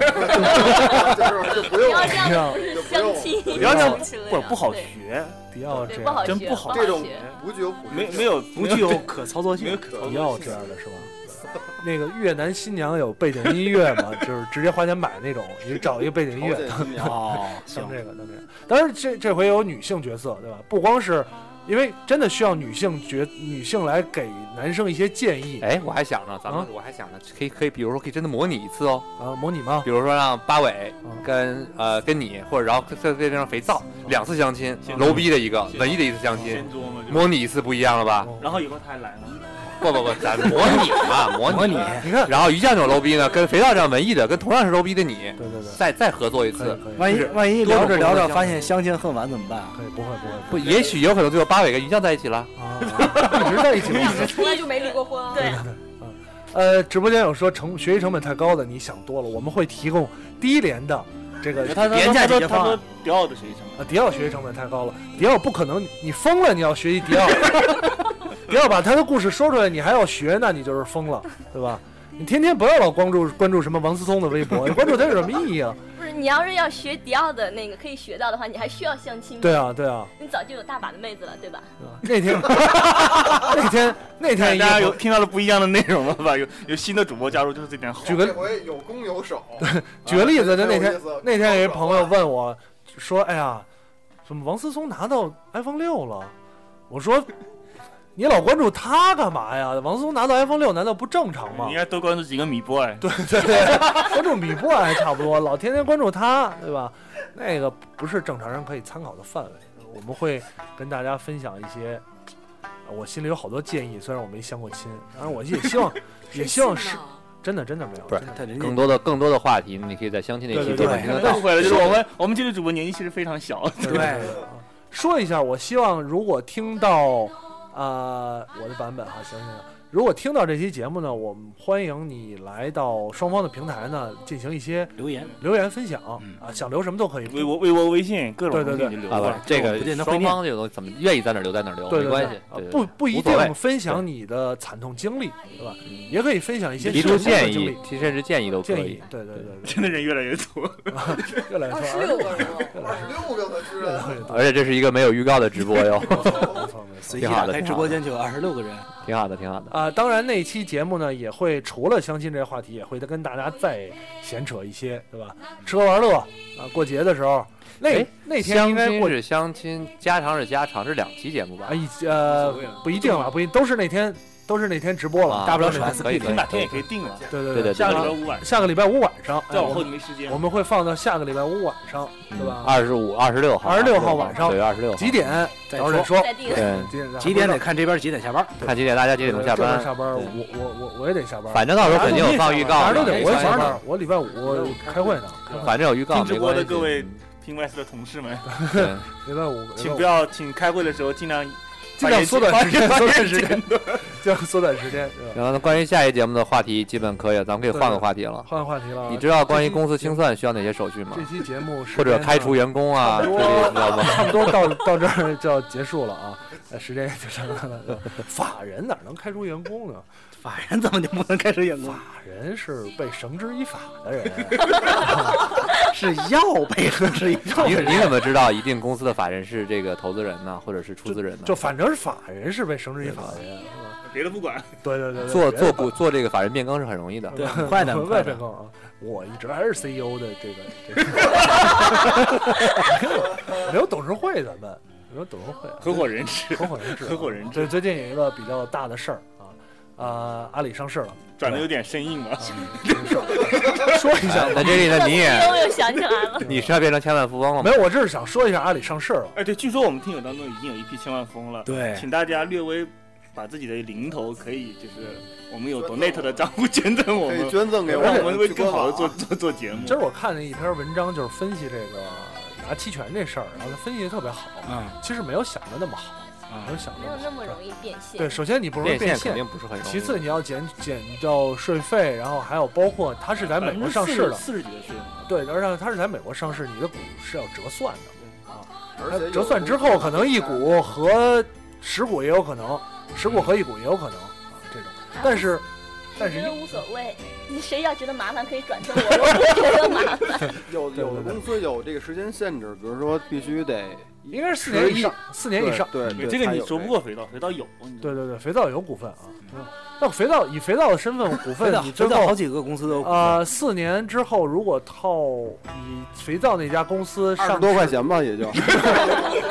S8: 就是就不
S4: 不
S8: 用
S4: 要
S1: 这
S4: 这样
S1: 样
S4: 不是
S8: 就不
S4: 相
S8: 用
S4: 亲，
S3: 不要这样
S4: 相亲了
S3: 或者不好
S4: 对
S3: 学，
S1: 迪奥
S4: 对
S1: 这
S4: 不
S1: 样
S4: 好
S1: 的，
S3: 真
S4: 学，
S3: 不好
S8: 这种
S4: 学
S8: 不具有普
S3: 没
S8: 适性
S3: 没有
S2: 不具有可操作
S3: 没有
S2: 性。
S3: 可
S1: 迪奥这样的是吧？那个越南新娘有背景音乐嘛，就是直接花钱买那种，你找一个背景音
S8: 条
S1: 乐
S8: 件
S1: 当
S8: 新娘
S2: 哦，
S1: 当这个当这个。当然这这回有女性角色，对吧？不光是因为真的需要女性角女性来给男生一些建议
S5: 哎，我还想呢，咱们
S1: 啊
S5: 我还想呢，可以可以，比如说可以真的模拟一次哦，
S1: 啊，模拟吗？
S5: 比如说让八尾
S1: 嗯
S5: 跟呃跟你，或者然后再再加上肥皂两次相亲
S3: 行，
S5: 楼逼的一个，
S3: 行
S5: 文艺的一次相亲
S3: 先，琢磨就
S5: 模拟一次不一样了吧？
S1: 哦
S3: 然后以后他还来了，
S5: 不不不，咱模拟嘛，模拟。
S1: 你看，
S5: 然后于酱这种 low 逼呢，跟肥皂这样文艺的，跟同样是 low 逼的你，
S1: 对对对，
S5: 再再合作一
S1: 可以
S5: 次，
S1: 可以，
S2: 万一
S5: 就是
S2: 万一聊着聊
S5: 多
S2: 着
S5: 种
S2: 发现相亲恨晚怎么办啊？
S1: 可以不会不会
S5: 不，也许有可能最后八尾跟于酱在一起了。
S1: 啊，一直在一起吗。
S6: 从来就没离过婚啊。
S4: 对，
S1: 呃，直播间有说成学习成本太高的，你想多了，我们会提供低廉的这个
S3: 他
S1: 廉价解决
S3: 他说
S1: 方
S3: 他
S1: 案
S3: 说。迪奥的谁什么？
S1: 啊，迪奥学习成本太高了，迪奥不可能，你疯了，你要学习迪奥， 迪奥把他的故事说出来，你还要学，那你就是疯了，对吧？你天天不要老关注关注什么王思聪的微博，你关注他有什么意义啊？
S4: 不是你要是要学迪奥的那个可以学到的话，你还需要相亲吗？
S1: 对啊，对啊，
S4: 你早就有大把的妹子了，对吧？
S1: 对吧那天 那天那天一个
S3: 大家
S1: 朋
S3: 有
S1: 友
S3: 听到了不一样的内容了吧？有有新的主播加入，就是这点好。
S1: 举个
S8: 这回有攻 有守。
S1: 举个例子，那那
S8: 很有
S1: 天
S8: 意思
S1: 那天有一朋友问我说：“哎呀，怎么王思聪拿到 iPhone 六了？”我说：“你老关注他干嘛呀？王思聪拿到 iPhone 六难道不正常吗
S3: 你应？”该多关注几个米哎 boy。对，
S1: 对对，关注米波啊还差不多，老天天关注他，对吧？那个不是正常人可以参考的范围。我们会跟大家分享一些，呃我心里有好多建议，虽然我没相过亲，当然我也希望，也希望 是真的，真的没有，
S5: 不是
S1: 真的
S2: 他人家
S5: 更多的更多的话题，你可以在相亲那期
S1: 对对
S5: 基
S1: 对
S5: 本听得到。
S3: 回来就是我们我们这个主播年纪其实非常 小，
S1: 对啊说一下，我希望如果听到啊、呃我的版本哈，行行行，如果听到这期节目呢，我们欢迎你来到双方的平台呢，进行一些
S2: 留言，
S1: 留言分享
S2: 嗯
S1: 啊，想留什么都可以。
S3: 微博、微博、微信各种
S1: 对对
S3: 东西你就留
S5: 好
S3: 过来
S5: 吧。，这个
S2: 不见得会
S5: 双
S2: 念
S5: 方这个东西怎么愿意在哪儿留在哪儿留，
S1: 对
S5: 哦没
S1: 对对
S5: 关系
S1: 啊，
S5: 对对
S1: 不不一
S5: 无所谓嗯
S1: 定分享你的惨痛经历，对吧？也可以分享一些
S5: 提出
S1: 成功的
S5: 建
S1: 经
S5: 议
S1: 历、，
S5: 提甚至建议都可
S1: 建
S5: 以
S1: 议。，对对对
S3: 真的人越来越多，
S1: 对，越来越
S6: 二
S1: 多
S6: 十哦六个人了，
S8: 二十六个呢，居
S1: 越
S8: 然
S1: 来越多，
S5: 而且这是一个没有预告的直播 哟，
S1: 没错没错。
S2: 随机
S5: 挺好
S2: 打
S5: 的
S2: 开
S5: 挺
S2: 直
S5: 好
S2: 播
S5: 的
S2: 间就有二十六个人，
S5: 挺好的，挺好的。
S1: 啊、当然那期节目呢，也会除了相亲这个话题，也会跟大家再闲扯一些，对吧？吃喝玩乐啊、过节的时候，那
S5: 哎
S1: 那天
S5: 相
S1: 应该
S5: 亲
S1: 过
S5: 是相亲，家常是家常，这两期节目吧
S1: 啊，？一呃不一定了，不一定都是那天都是那天直播了，
S5: 啊
S1: 大不了
S5: 可以
S1: 选
S5: 可以可以
S3: 哪天也可以定了。
S1: 对对
S5: 对对
S3: 下个礼拜五晚，
S1: 下个礼拜五晚上，哎
S3: 再往
S1: 我
S3: 后
S1: 们
S3: 就没时间
S1: 我
S3: 了。
S1: 们会放到下个礼拜五晚上，对吧？
S5: 嗯二十五、二十六号、
S1: 26号晚上
S5: 对，二十六
S1: 几？点？
S2: 再
S1: 然后再说，
S4: 再定
S5: 对，
S1: 几点？
S2: 几点得看这边几点下班。
S5: 看几点，大家几点钟下
S1: 这边
S5: 班？
S1: 下班，
S5: 对
S1: 我我我我也得下班，
S5: 反正到时候肯定有放预告的，
S1: 哪儿都得，我也
S5: 没
S1: 下
S5: 关系
S1: 班，我礼拜五开会呢，开会
S5: 反正有预告。
S3: 听直播的
S5: 没关系
S3: 各位，听 West 的同事们，
S5: 对
S1: 礼拜五，
S3: 请不要，请开会的时候尽量
S1: 尽量缩短时间，
S3: 发
S1: 缩
S3: 言
S1: 短时间，就是缩短时间。对吧
S5: 然后呢，关于下一节目的话题基本可以了，咱们可以换个话题了。
S1: 换个话题了。啊
S5: 你知道关于公司清算需要哪些手续吗
S1: 这？期节目时
S5: 或者
S1: 间
S5: 开除
S1: 上
S5: 员工啊，
S1: 差
S5: 这
S1: 不
S5: 类
S1: 多
S5: 知 道吗？
S1: 差不多到到这儿就要结束了啊，呃时间也挺长了。 对法人哪能开除员工呢？
S2: 法人怎么就不能开除员 工？
S1: 法人是被绳之以法的人，啊
S2: 是要被合适一
S5: 你你怎么知道一定公司的法人是这个投资人呢，或者是出资人呢？
S1: 就反正是法人是被绳之以法的人。啊
S3: 别的不管。
S1: 对对对对，
S5: 做
S1: 别
S5: 做股
S1: 管
S5: 做这个法人变更是很容易的。
S2: 对很快的很
S1: 外
S2: 快的
S1: 变更啊！我一直还是 CEO 的这个，这 个没有董事会，咱们没有董事会啊，
S3: 合伙人制
S1: 合伙人制啊，
S3: 合伙人制
S1: 这最近有一个比较大的事儿啊，啊，阿里上市了，啊
S3: 转的有点生硬 了。
S1: 说一下
S5: 哎在这里呢，你也
S4: 哎 我又想起来了，
S5: 你是要变成千万富翁了吗
S1: 没？有，我这是想说一下阿里上市了。
S3: 哎，对，据说我们听友当中已经有一批千万富翁了。
S2: 对
S3: 请大家略微把自己的零头可以就是我们有 donate 的账户捐赠我
S8: 可以
S3: 们，
S8: 捐赠给
S3: 让
S8: 我
S3: 我
S8: 们
S3: 们为
S8: 去
S3: 更好的
S8: 官网
S3: 做做做节目。
S1: 今儿我看了一篇文章，就是分析这个拿期权这事儿，然后他分析的特别好，
S5: 嗯
S2: 啊
S1: 其实没有想的那么好，没有
S2: 啊！
S1: 想的
S4: 没有那么容易变现。
S1: 对，首先你不容易
S5: 变
S1: 变
S5: 现
S1: 现
S5: 肯，定不是很容易。
S1: 其次，你要减减掉税费，然后还有包括它是在美国上市的，
S3: 四十几的税，
S1: 对，而且它是在美国上市，你的股是要折算的啊。
S8: 而且有
S1: 折算之后，可能一股和十股也有可能，十股和一股也有可能啊，这种。但是，但是
S4: 觉
S1: 一
S4: 得无所谓，你谁要觉得麻烦可以转赠我，我不觉得麻烦。
S8: 有
S1: 对对
S8: 有的
S1: 对
S8: 公司有这个时间限制，比如说必须得
S1: 应该是四年以上
S8: 十，
S1: 四年以上。
S8: 对对，
S3: 这
S8: 才
S3: 个
S8: 有
S3: 你说不过肥皂，肥皂有。你知
S1: 对
S3: 道吗，
S1: 对对，肥皂有股份啊。那肥皂以肥皂的身份股份
S2: 肥，皂
S1: 你最
S2: 肥皂好
S1: 后
S2: 几个公司都有股份
S1: 呃四年之后，如果套以肥皂那家公司
S8: 二十
S1: 上
S8: 多块
S1: 市，
S8: 钱吧，也就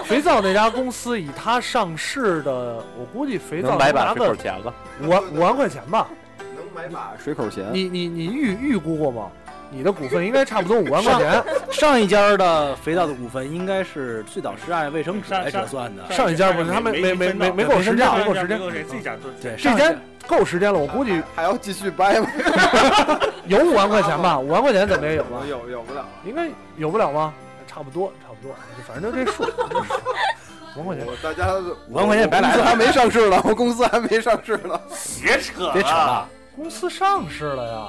S1: 肥皂那家公司以它上市的，我估计肥
S5: 能
S1: 皂
S5: 买把
S1: 拿
S5: 这口
S1: 个
S5: 钱了。
S1: 五万五万块钱吧。
S8: 能买把水口钱。
S1: 你你你预预估过吗？你的股份应该差不多五万块钱。
S2: 上一家的肥皂的股份应该是最早是按卫生纸来折算的，
S1: 上一家不是他们没没没没够时间，没够时间。
S3: 这家做
S2: 对，
S1: 这
S2: 上一
S1: 间够时间了，我估计
S8: 还要继续掰吗？
S1: 有五万块钱吧，五万块钱怎么也有吧？
S8: 有有不了。
S1: 应该有不了吗？差不多，差不多，反正就这数，这数五万块钱。
S8: 我大家
S2: 五万块钱也白来
S8: 我公司
S2: 了，
S8: 还没上市呢，我公司还没上市呢。
S3: 别扯
S2: 别扯了，
S1: 公司上市了呀？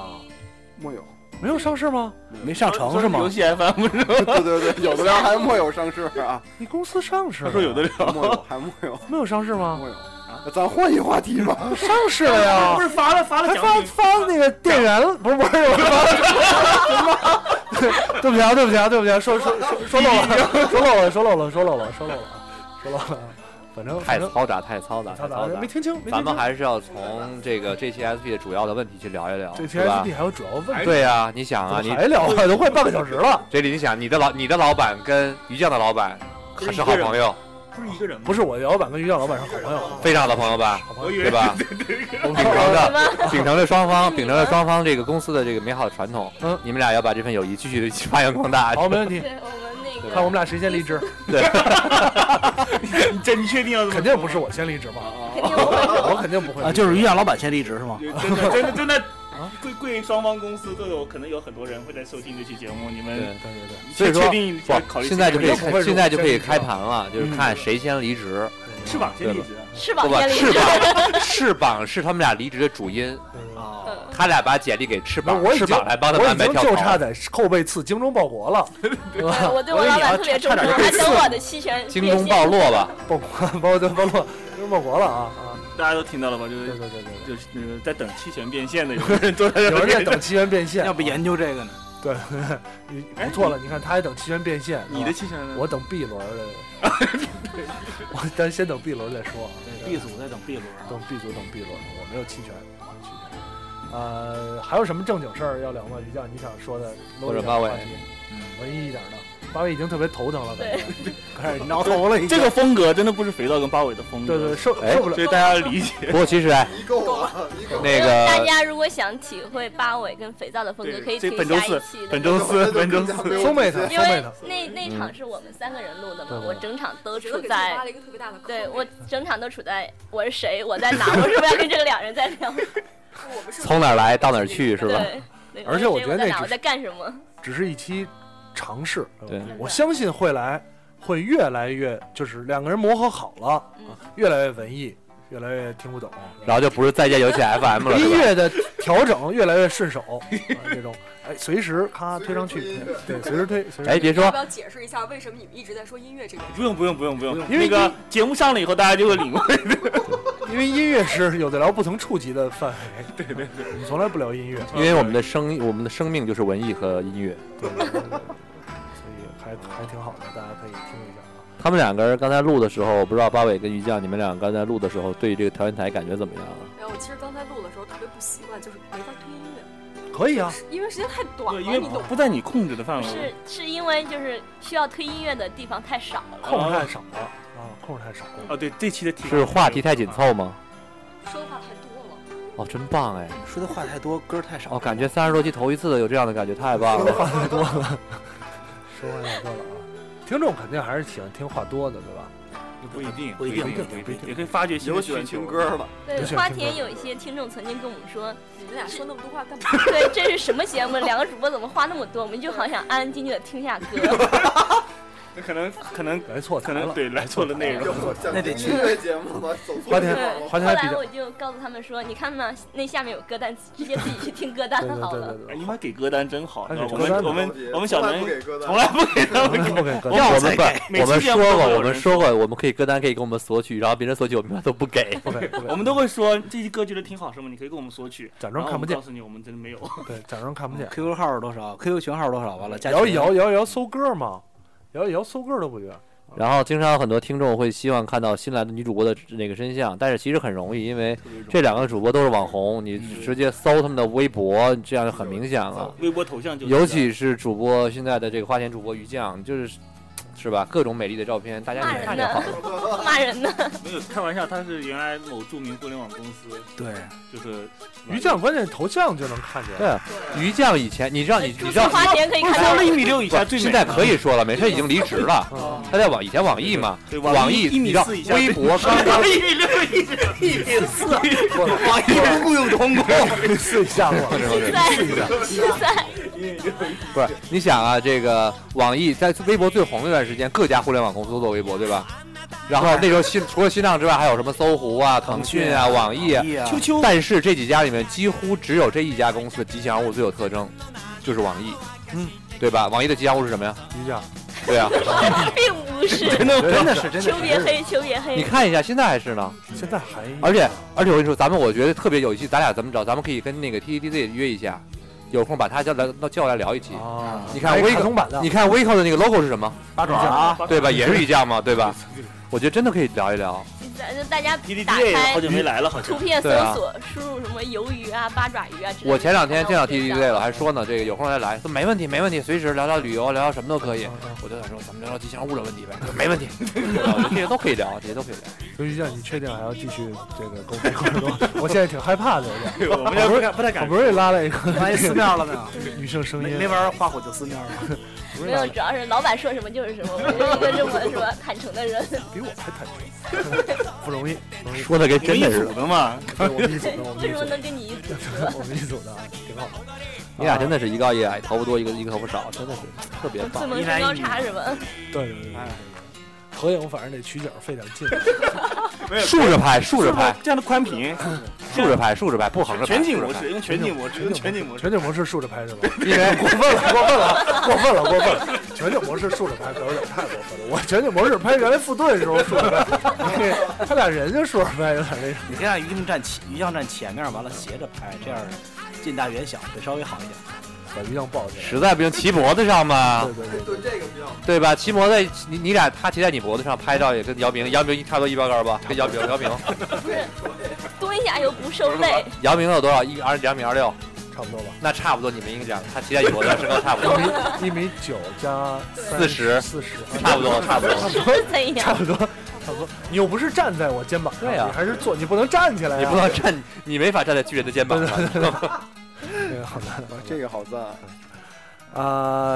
S8: 木有，
S1: 没有上市吗？
S2: 没上成是吗
S3: 游？戏 FM 是吧？
S8: 对对对，有的量还木有上市 啊，
S1: 你公司上市了
S3: 他
S1: 呀？
S3: 说有的
S8: 木有还木有
S1: 没有啊上市吗？
S8: 木有，咱换一话题吧。
S1: 上市了呀？
S3: 不是发了发了
S1: 还
S3: 奖
S1: 发
S3: 品，
S1: 发那个店员了，不是不是，我发对不起啊，对不起啊，对不起啊，说说说说漏了，说漏了，说漏了，说漏了，说漏了啊，说漏了啊，反正
S5: 太
S1: 反正
S5: 嘈杂，太嘈杂，太
S1: 他
S5: 嘈
S1: 咋
S5: 杂
S1: 没。听清？没听
S5: 咱们
S1: 清？
S5: 还是要从这个 GTSP 的主要的问题去聊一聊，
S1: 这
S5: 是吧
S1: TSD？还有主要问题
S5: 对呀、你想啊，你
S1: 还聊啊，都快半个小时了。
S5: 这里你想，你的老你的老板跟于酱的老板可是好朋友，
S3: 不是一个人吗？
S1: 不是我的老板跟于酱老板是好朋友，
S5: 非常好的朋友吧，
S1: 好朋
S3: 我
S1: 友
S3: 以
S5: 对
S3: 为
S5: 吧？
S1: 我
S5: 秉承
S1: 们
S5: 着秉承着双方秉承着双方这个公司的这个美好的传统，
S1: 嗯
S5: 你们俩要把这份友谊继续发扬光大。
S1: 好，没问题。
S4: 对我们
S1: 看
S4: 那
S1: 我
S4: 个
S1: 们俩谁先离职，
S3: 你这你确定要这么
S1: 肯定不是我先离职嘛，
S4: 肯定不会
S1: 我肯定不会
S2: 啊，就是于酱老板先离职是吗？
S3: 有真的真的真的，贵贵双方公司都有可能有很多人会在收听这期节目，你
S5: 对
S3: 们。
S5: 所以说
S3: 确定
S5: 不
S3: 考，虑
S5: 现在就可以
S1: 肯定不会
S5: 开现在就可以
S1: 先离职啊
S5: 开盘了，就是看谁先离职，
S3: 翅膀先离职啊，
S4: 翅膀
S5: 不吧？
S4: 先离
S5: 翅
S4: 职，
S5: 膀，翅膀是他们俩离职的主因，
S2: 啊，
S4: 嗯
S5: 他俩把简历给翅膀
S1: 不是我，已
S5: 翅
S1: 经
S5: 膀来帮他
S1: 我
S5: 们
S1: 已
S5: 买
S1: 经
S5: 跳
S1: 就差
S5: 槽。
S1: 在后背刺精忠报国 了，对吧？
S4: 我对我老板特别忠诚，他等我的期权
S5: 精忠报落吧，
S1: 报国，报对报落，精忠报国了啊啊！
S3: 大家都听到了吧？就
S1: 对
S3: 是
S1: 对对对
S3: 就是那个在等期权变现的，有的人坐 在
S1: 对，啊
S3: 这
S1: 有人在
S3: 边
S1: 等。期权变现，啊
S2: 要不研究这个呢？
S1: 你不错了，你看他还等期权变现，
S3: 你的
S1: 是吧
S3: 期权呢？
S1: 我等 B 轮儿的， 我咱先等 B 轮儿再说啊。
S2: B 组在等 B 轮，
S1: 等啊 B 组等 B 轮，我没有期权，我没有期权。呃，还有什么正经事儿要聊吗？于酱，你想说的搂
S5: 或者
S1: 一点
S5: 八
S1: 话
S5: 尾嗯
S1: 题，文艺一点的。八尾已经特别头疼了，感觉。
S2: 开始挠头了已经。
S3: 这个风格真的不是肥皂跟八尾的风格，
S1: 对对，受
S5: 哎
S1: 受不了
S3: 所。以大家要 理解。
S5: 不过其实哎，
S8: 你够了，你够了。
S5: 那
S4: 大
S5: 个
S4: 家如果想体会八尾跟肥皂的风格，
S3: 对
S4: 可以
S3: 这
S4: 听
S3: 本周
S4: 下一
S3: 四
S4: 期的
S3: 本周四，本周
S8: 那
S3: 四
S8: 就，
S1: 收妹他，
S4: 因
S1: 收妹
S4: 为
S1: 他。
S4: 那那
S5: 嗯
S4: 场是我们三个人录
S1: 对
S4: 的嘛
S1: 对，对
S4: 我整场都
S6: 我觉得
S4: 处
S6: 给自己
S4: 在
S6: 挖了一个特别大的坑。
S4: 对我整场都处在我是谁，我在哪，我是不是要跟这个两人在聊？
S6: 我们是
S5: 从哪儿来到哪儿去是吧？
S4: 对，对
S1: 而且
S4: 我
S1: 我
S4: 是
S1: 觉
S4: 谁
S1: 得
S4: 我在
S1: 那
S4: 哪，
S1: 只
S4: 我在干什么？
S1: 只是一期尝试。呃
S5: 对
S1: 我相信会来，会越来越就是两个人磨合好了，
S4: 嗯
S1: 越来越文艺，越来越听不懂，
S5: 然后就不是再见游戏 FM 了，是吧
S1: 音乐的调整越来越顺 手，啊这种哎，随时咔推上去，对，随时推，随时推
S5: 哎别
S6: 要不要解释一下为什么你们一直在说音乐这个？
S3: 不用不用不用不用，
S1: 因为
S3: 那个节目上了以后，大家就会领会。
S1: 因为音乐是有的聊不同触及的范围，对对对，我们从来不聊 音乐，
S5: 因为我们的生我们的生命就是文艺和音乐。
S1: 所以还还挺好的，大家可以听一下啊。
S5: 他们两个人刚才录的时候，我不知道八尾跟于酱，你们俩刚才录的时候对这个调音台感觉怎么样啊？
S6: 然后我其实刚才录的时候特别不习惯，就是没法推音乐，
S1: 可以啊，
S6: 因为时间太短了，
S3: 对，因为
S6: 你懂吗
S3: 不在你控制的范围。
S4: 是是因为就是需要推音乐的地方太少了，
S1: 控制太少了啊，控制太少了。
S3: 哦，对，这期的题
S5: 是话题太紧凑吗？
S6: 说的话太多了。
S3: 嗯
S5: 哦，真棒哎！
S2: 说的话太多，歌儿太少。
S5: 哦，感觉三十多期头一次有这样的感觉，太棒了！
S1: 太多了，说话太多了啊！听众肯定还是喜欢听话多的，对吧？
S3: 不一定，
S2: 不一定
S3: 不一定，也可以发掘新
S8: 有
S3: 的
S8: 喜
S3: 需
S8: 欢
S3: 求。
S8: 听歌的，
S4: 对
S1: 有，些人
S4: 花
S1: 听
S4: 田
S1: 歌
S4: 有一些听众曾经跟我们说，
S6: 你们俩说那么多话干嘛？
S4: 对，这是什么节目？两个主播怎么花那么多？我们就好想安安静静的听下歌。
S3: 那可能可能
S1: 来错台
S3: 可能
S1: 了，
S3: 对来错了内容。
S8: 有想
S2: 那得
S8: 听音乐节目吗？走错
S1: 花
S8: 地
S1: 田
S8: 方
S4: 对，
S8: 了。
S4: 后
S1: 花田还比
S4: 来
S1: 较
S4: 我就告诉他们说，你看嘛，那下面有歌单，直接自己去听歌单
S1: 对对
S4: 好
S1: 对
S4: 了。
S3: 哎，
S1: 对
S3: 你们给歌单真好，
S1: 还给
S3: 我
S1: 歌单
S3: 们
S1: 呢
S3: 我们我们小
S8: 南
S3: 南
S8: 不给歌单，
S3: 从 来不给他们
S1: 对，不给歌
S3: 要
S5: 我
S3: 才
S5: 们
S3: 给
S5: 不，
S3: 每
S5: 我们
S3: 期节
S5: 说
S3: 目都
S5: 过，
S3: 有
S5: 我们
S3: 人
S5: 说过，我们可以歌单可以给我们索取，然后别人索取，我们一般都不 给。
S1: 不给不给，
S3: 我们都会说这期歌觉得挺好，什么你可以跟我们索取，
S1: 假
S3: 然
S1: 装
S3: 后
S1: 看
S3: 我
S1: 不
S3: 们
S1: 见
S3: 告，诉你我们真的没有。
S1: 对，假装看不见。
S2: QQ 号是多少？QQ 群号是多少？完了，加
S1: 摇一
S2: 群
S1: 摇，摇一摇，搜歌嘛，摇一摇，搜歌都不觉得。
S5: 然后经常有很多听众会希望看到新来的女主播的那个真相，但是其实很容易，因为这两个主播都是网红，你直接搜他们的微博，这样就很明显了。
S3: 微博头像就
S5: 尤其是主播现在的这个花钱主播于酱，就是是吧？各种美丽的照片，大家
S4: 骂
S5: 一看
S4: 人
S5: 就好了。
S4: 呢，骂人呢。
S3: 没有开玩笑，他是原来某著名互联网公司，
S2: 对，
S3: 就是
S1: 于酱关键头像就能看见，
S5: 对于酱以前，你知道你
S4: 注
S5: 你知道
S4: 册哎花田可以
S3: 不是
S4: 看
S3: 说
S4: 到
S3: 了一米六以下最美，
S5: 现在可以说了没？他已经离职了，
S1: 嗯，
S5: 他在网以前网易嘛，
S3: 对
S5: 网易
S3: 一
S5: 你
S3: 米
S5: 知道
S3: 四以下
S5: 微博刚刚
S3: 一米六以下一米四，
S8: 网易不雇佣童工，
S1: 试一下我。
S4: 现在现在
S5: 不是，你想啊，这个网易在微博最红那段时间，各家互联网公司都做微博，对吧？然后那时候新除了新浪之外，还有什么搜狐啊、腾讯啊、网易啊。
S2: 呀，
S3: 秋秋
S5: 但是这几家里面，几乎只有这一家公司的吉祥物最有特征，就是网易。
S1: 嗯，
S5: 对吧？网易的吉祥物是什么呀？
S1: 于酱
S5: 对啊，
S4: 并不是。
S1: 真的是真
S4: 秋别黑，秋别
S5: 你
S4: 黑。
S5: 看一下，现在还是呢。
S1: 现在还
S5: 而且而且我跟你说，咱们我觉得特别有一期，咱俩怎么找？咱们可以跟那个 T T D Z 约一下，有空把他叫来叫来聊一期。
S1: 啊，
S5: 你看
S1: 微
S5: 微
S1: 卡通版的
S5: 你看 Vico 的那个 logo 是什么？
S1: 八爪啊，
S5: 对吧？也是一家嘛，对吧？我觉得真的可以聊一聊。
S4: 大家大家
S3: P D
S4: 打
S3: D 好
S4: 开
S3: 久没 来了，好像
S4: 图片搜
S5: 对啊
S4: 索，输入什么鱿鱼啊、八爪鱼啊之类的。
S5: 我前两天见到 T T
S4: 类
S5: Z 了，还说呢，这个有空再来，说没问题，没问题，随时聊聊旅游，聊聊什么都可以。我就想说，咱们聊聊吉祥物的问题呗，没 问题，啊这些都可以聊，这些都可以聊。
S1: 所以酱，你确定还要继续这个沟通？我现在挺害怕的，有点。
S3: 我们家不太不太
S1: 好
S3: 敢
S1: 不。容易拉了一
S2: 万一
S1: 个
S2: 撕
S1: 这个
S2: 庙了呢？
S1: 女生声
S2: 没
S1: 音，
S2: 没玩儿花火就撕庙了。
S1: 不是
S4: 没
S1: 拉
S4: 有，主要是老板说什么就是什么，我就是一个这么是吧坦诚的人。
S1: 比我还坦诚， 不容易，不容易。
S5: 说的跟
S3: 你们
S5: 真
S3: 一
S5: 的似
S3: 组
S5: 的，
S3: 的嘛，
S1: 对我们一组的，我们
S4: 为
S1: 一
S4: 什
S1: 组
S4: 么
S1: 的
S4: 能跟你一组？
S1: 我们一组的啊，挺好啊的。
S5: 你俩真的是一高一矮，头发多一个一个头发少，真的是特别
S4: 自
S5: 棒。
S4: 萌身高差是吧？
S1: 对对对对
S5: 哎
S1: 对。合影反正得取景，费点劲。
S5: 竖着拍，竖着拍，
S3: 这样的宽屏，
S5: 竖着拍，竖着拍，不横着拍。
S3: 全景
S5: 竖着
S3: 模
S5: 拍
S3: 式，用全景模式，用全景模式。
S1: 全景模式竖着拍是吧？
S5: 因为
S1: 过分了，过分了，过分了，过分了！全景模式竖着拍可有点太过分了。我全景模式拍原来富顿的时候竖着拍，他俩人家竖着拍有点那什么。
S2: 你可以让于酱站前，于酱站前面，完了斜着拍，这样近大远小会稍微好一点。
S1: 把鱼酱抱起来。
S5: 实在不行骑脖子上嘛
S1: 对，对对
S8: 对这个比较
S5: 对吧？骑脖子，你你俩他骑在你脖子上拍照，也跟姚明，姚明差不多一标杆吧，跟姚明，姚明，
S4: 不是，蹲下又不收 费，
S5: 姚明有多少？一二两米二六，
S1: 对，差不多吧。
S5: 那差不多，你们应该讲，他骑在你脖子上身高差不多，
S1: 一米一米九加
S5: 四十
S1: 四十，
S5: 差不多，差不多。
S4: 是怎
S1: 差
S4: 样？
S1: 不多，差不多。你又不是站在我肩膀上，
S5: 对呀
S1: 你还是坐，你不能站起来、啊，
S5: 你不能站，你没法站在巨人的肩膀上。
S1: 对。好难。
S8: 这个好赞啊，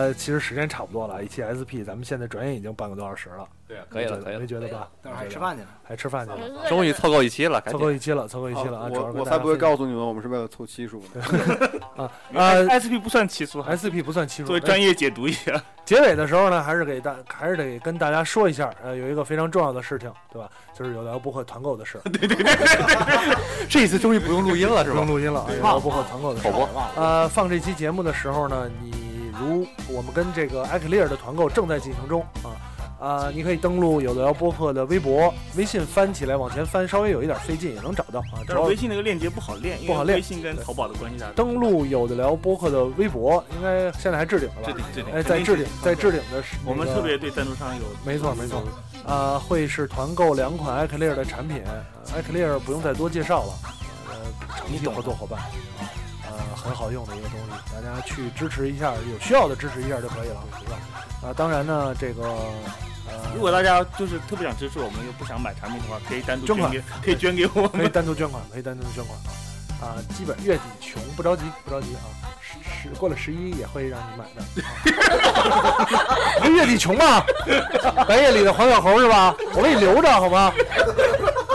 S1: 啊，其实时间差不多了，一期 SP 咱们现在转眼已经半个多小时了。
S5: 对啊 可以了
S1: 没
S5: 可
S1: 觉得
S5: 以了
S1: 没觉得吧？
S2: 待会儿还
S1: 没觉
S2: 哎吃
S1: 得吧
S2: 饭去呢，
S1: 还吃饭去
S4: 饿
S1: 了，
S4: 了
S5: 终于凑够一期了，赶
S1: 凑
S5: 紧
S1: 够一期了，凑够一期了啊！
S8: 啊
S1: 主要
S8: 我
S1: 是跟
S8: 我
S1: 大
S8: 才
S1: 家
S8: 不会
S1: 分享
S8: 告诉你们，我们是为了凑期数呢。
S1: 啊啊
S3: SP 不算奇俗，还是
S1: ！SP 不算期数，
S3: 作为专业解读一下。
S1: 结尾的时候呢，还是给大还是得跟大家说一下，呃，有一个非常重要的事情，对吧？就是有聊播客团购的事，
S5: 这一次终于不用录音了，是
S1: 不用
S5: 吧？
S1: 录音了啊，有聊播客团购的
S5: 口。
S1: 事
S5: 播，
S1: 呃，放这期节目的时候呢，你如我们跟这个 iClear 的团购正在进行中啊。啊、你可以登录有的聊播客的微博、微信，翻起来往前翻，稍微有一点费劲也能找到啊。只
S3: 但
S1: 要
S3: 是微信那个链接不好练，因
S1: 不
S3: 为
S1: 好练
S3: 微信跟淘宝的关系大。
S1: 登录有的聊播客的微博，应该现在还置顶了
S3: 置
S1: 吧？
S3: 顶置顶，
S1: 哎，
S3: 肯
S1: 在
S3: 定
S1: 置顶，在置顶的是
S3: 我们
S1: 那
S3: 特
S1: 个
S3: 别对赞助商有
S1: 没错没错，
S3: 嗯
S1: 呃，会是团购两款 iClear 的产品呃，iClear 不用再多介绍了，呃，长期合作伙伴，呃，很好用的一个东西，大家去支持一下，有需要的支持一下就可以了，对吧？啊、当然呢，这个呃，
S3: 如果大家就是特别想支持我们又不想买产品的话，可以单独
S1: 捐
S3: 捐
S1: 款
S3: 给，可以捐给我
S1: 可以
S3: 们。
S1: 单独捐款，可以单独捐款啊，啊，基本月底穷，不着急不着急啊，十十过了十一也会让你买的，啊、月底穷啊，白夜里的黄小猴是吧？我给你留着好吗？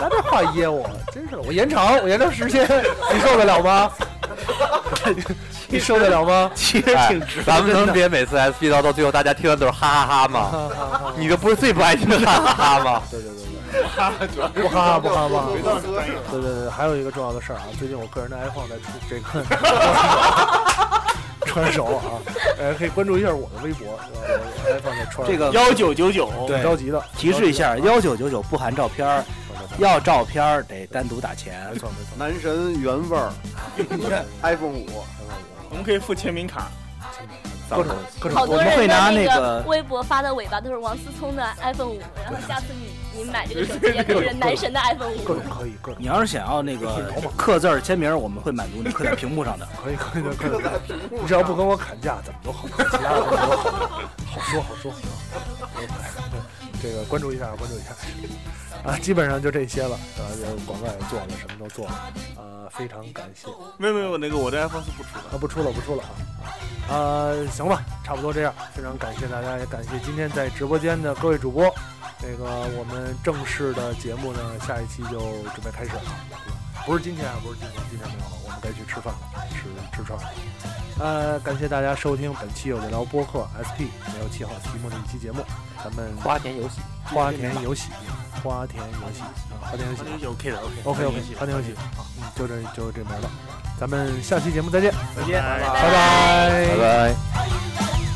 S1: 拿这话噎我，真是的，我延长我延长时间，你受得了吗？你受得了吗？
S3: 其实
S5: 哎
S3: 挺值，
S5: 咱们
S1: 真
S5: 能
S1: 的
S5: 别每次 SP 到到最后大家听的都是哈哈哈
S1: 啊
S5: 吗？你这不是最不爱听的哈哈哈吗？
S1: 对对对对，不哈不哈不哈不哈。对对对，还有一个重要的事儿啊，最近我个人的 iPhone 在出这个 穿手啊，呃，可以关注一下我的微博，呃我的 iPhone 在穿手
S2: 这个
S3: 幺九九九，
S1: 挺着急的，
S2: 提示一下，
S1: 挺着
S2: 幺九九九不含照片儿，
S1: 急的啊
S2: 要照片儿得单独打钱
S1: 没。错没错，
S8: 男神原味儿，iPhone 五，
S3: 我们可以附签名卡。
S1: 各种各种
S4: 好
S2: 我
S4: 多
S2: 们
S4: 人
S2: 会拿
S4: 的
S2: 那
S4: 个
S2: 个
S4: 微博发的尾巴都是王思聪的 iPhone 五，然后下次你你买这个手机也都是男神的 iPhone
S1: 各
S4: 五
S1: 种。可以各种
S2: 你要是想要那个刻字儿签名儿，我们会满足你刻在屏幕上的。
S1: 可以可以的可以的，你只要不跟我砍价，怎么都好，其他的都好， 好说好说。 这个关注一下，关注一下。啊，基本上就这些了，呃，广告也做了，什么都做了，呃，非常感谢。
S3: 没有没有，那个我的 iPhone 是不出的。
S1: 啊，不出了，不出了啊。呃，行吧，差不多这样。非常感谢大家，也感谢今天在直播间的各位主播。那个，我们正式的节目呢，下一期就准备开始了。啊不是今天啊，不是今天，今天没有了，我们该去吃饭了，吃吃串儿了。呃，感谢大家收听本期有的聊播客 SP 没有七号题目的一期节目，咱们
S5: 花田游戏，
S1: 花田有喜，花田有喜啊，花田有喜
S3: 那就 OK 的 OK
S1: ，OK OK，花田有喜啊，嗯，就这就这名儿了，咱们下期节目再见，
S3: 再见，拜拜。
S1: 拜拜
S5: 拜拜。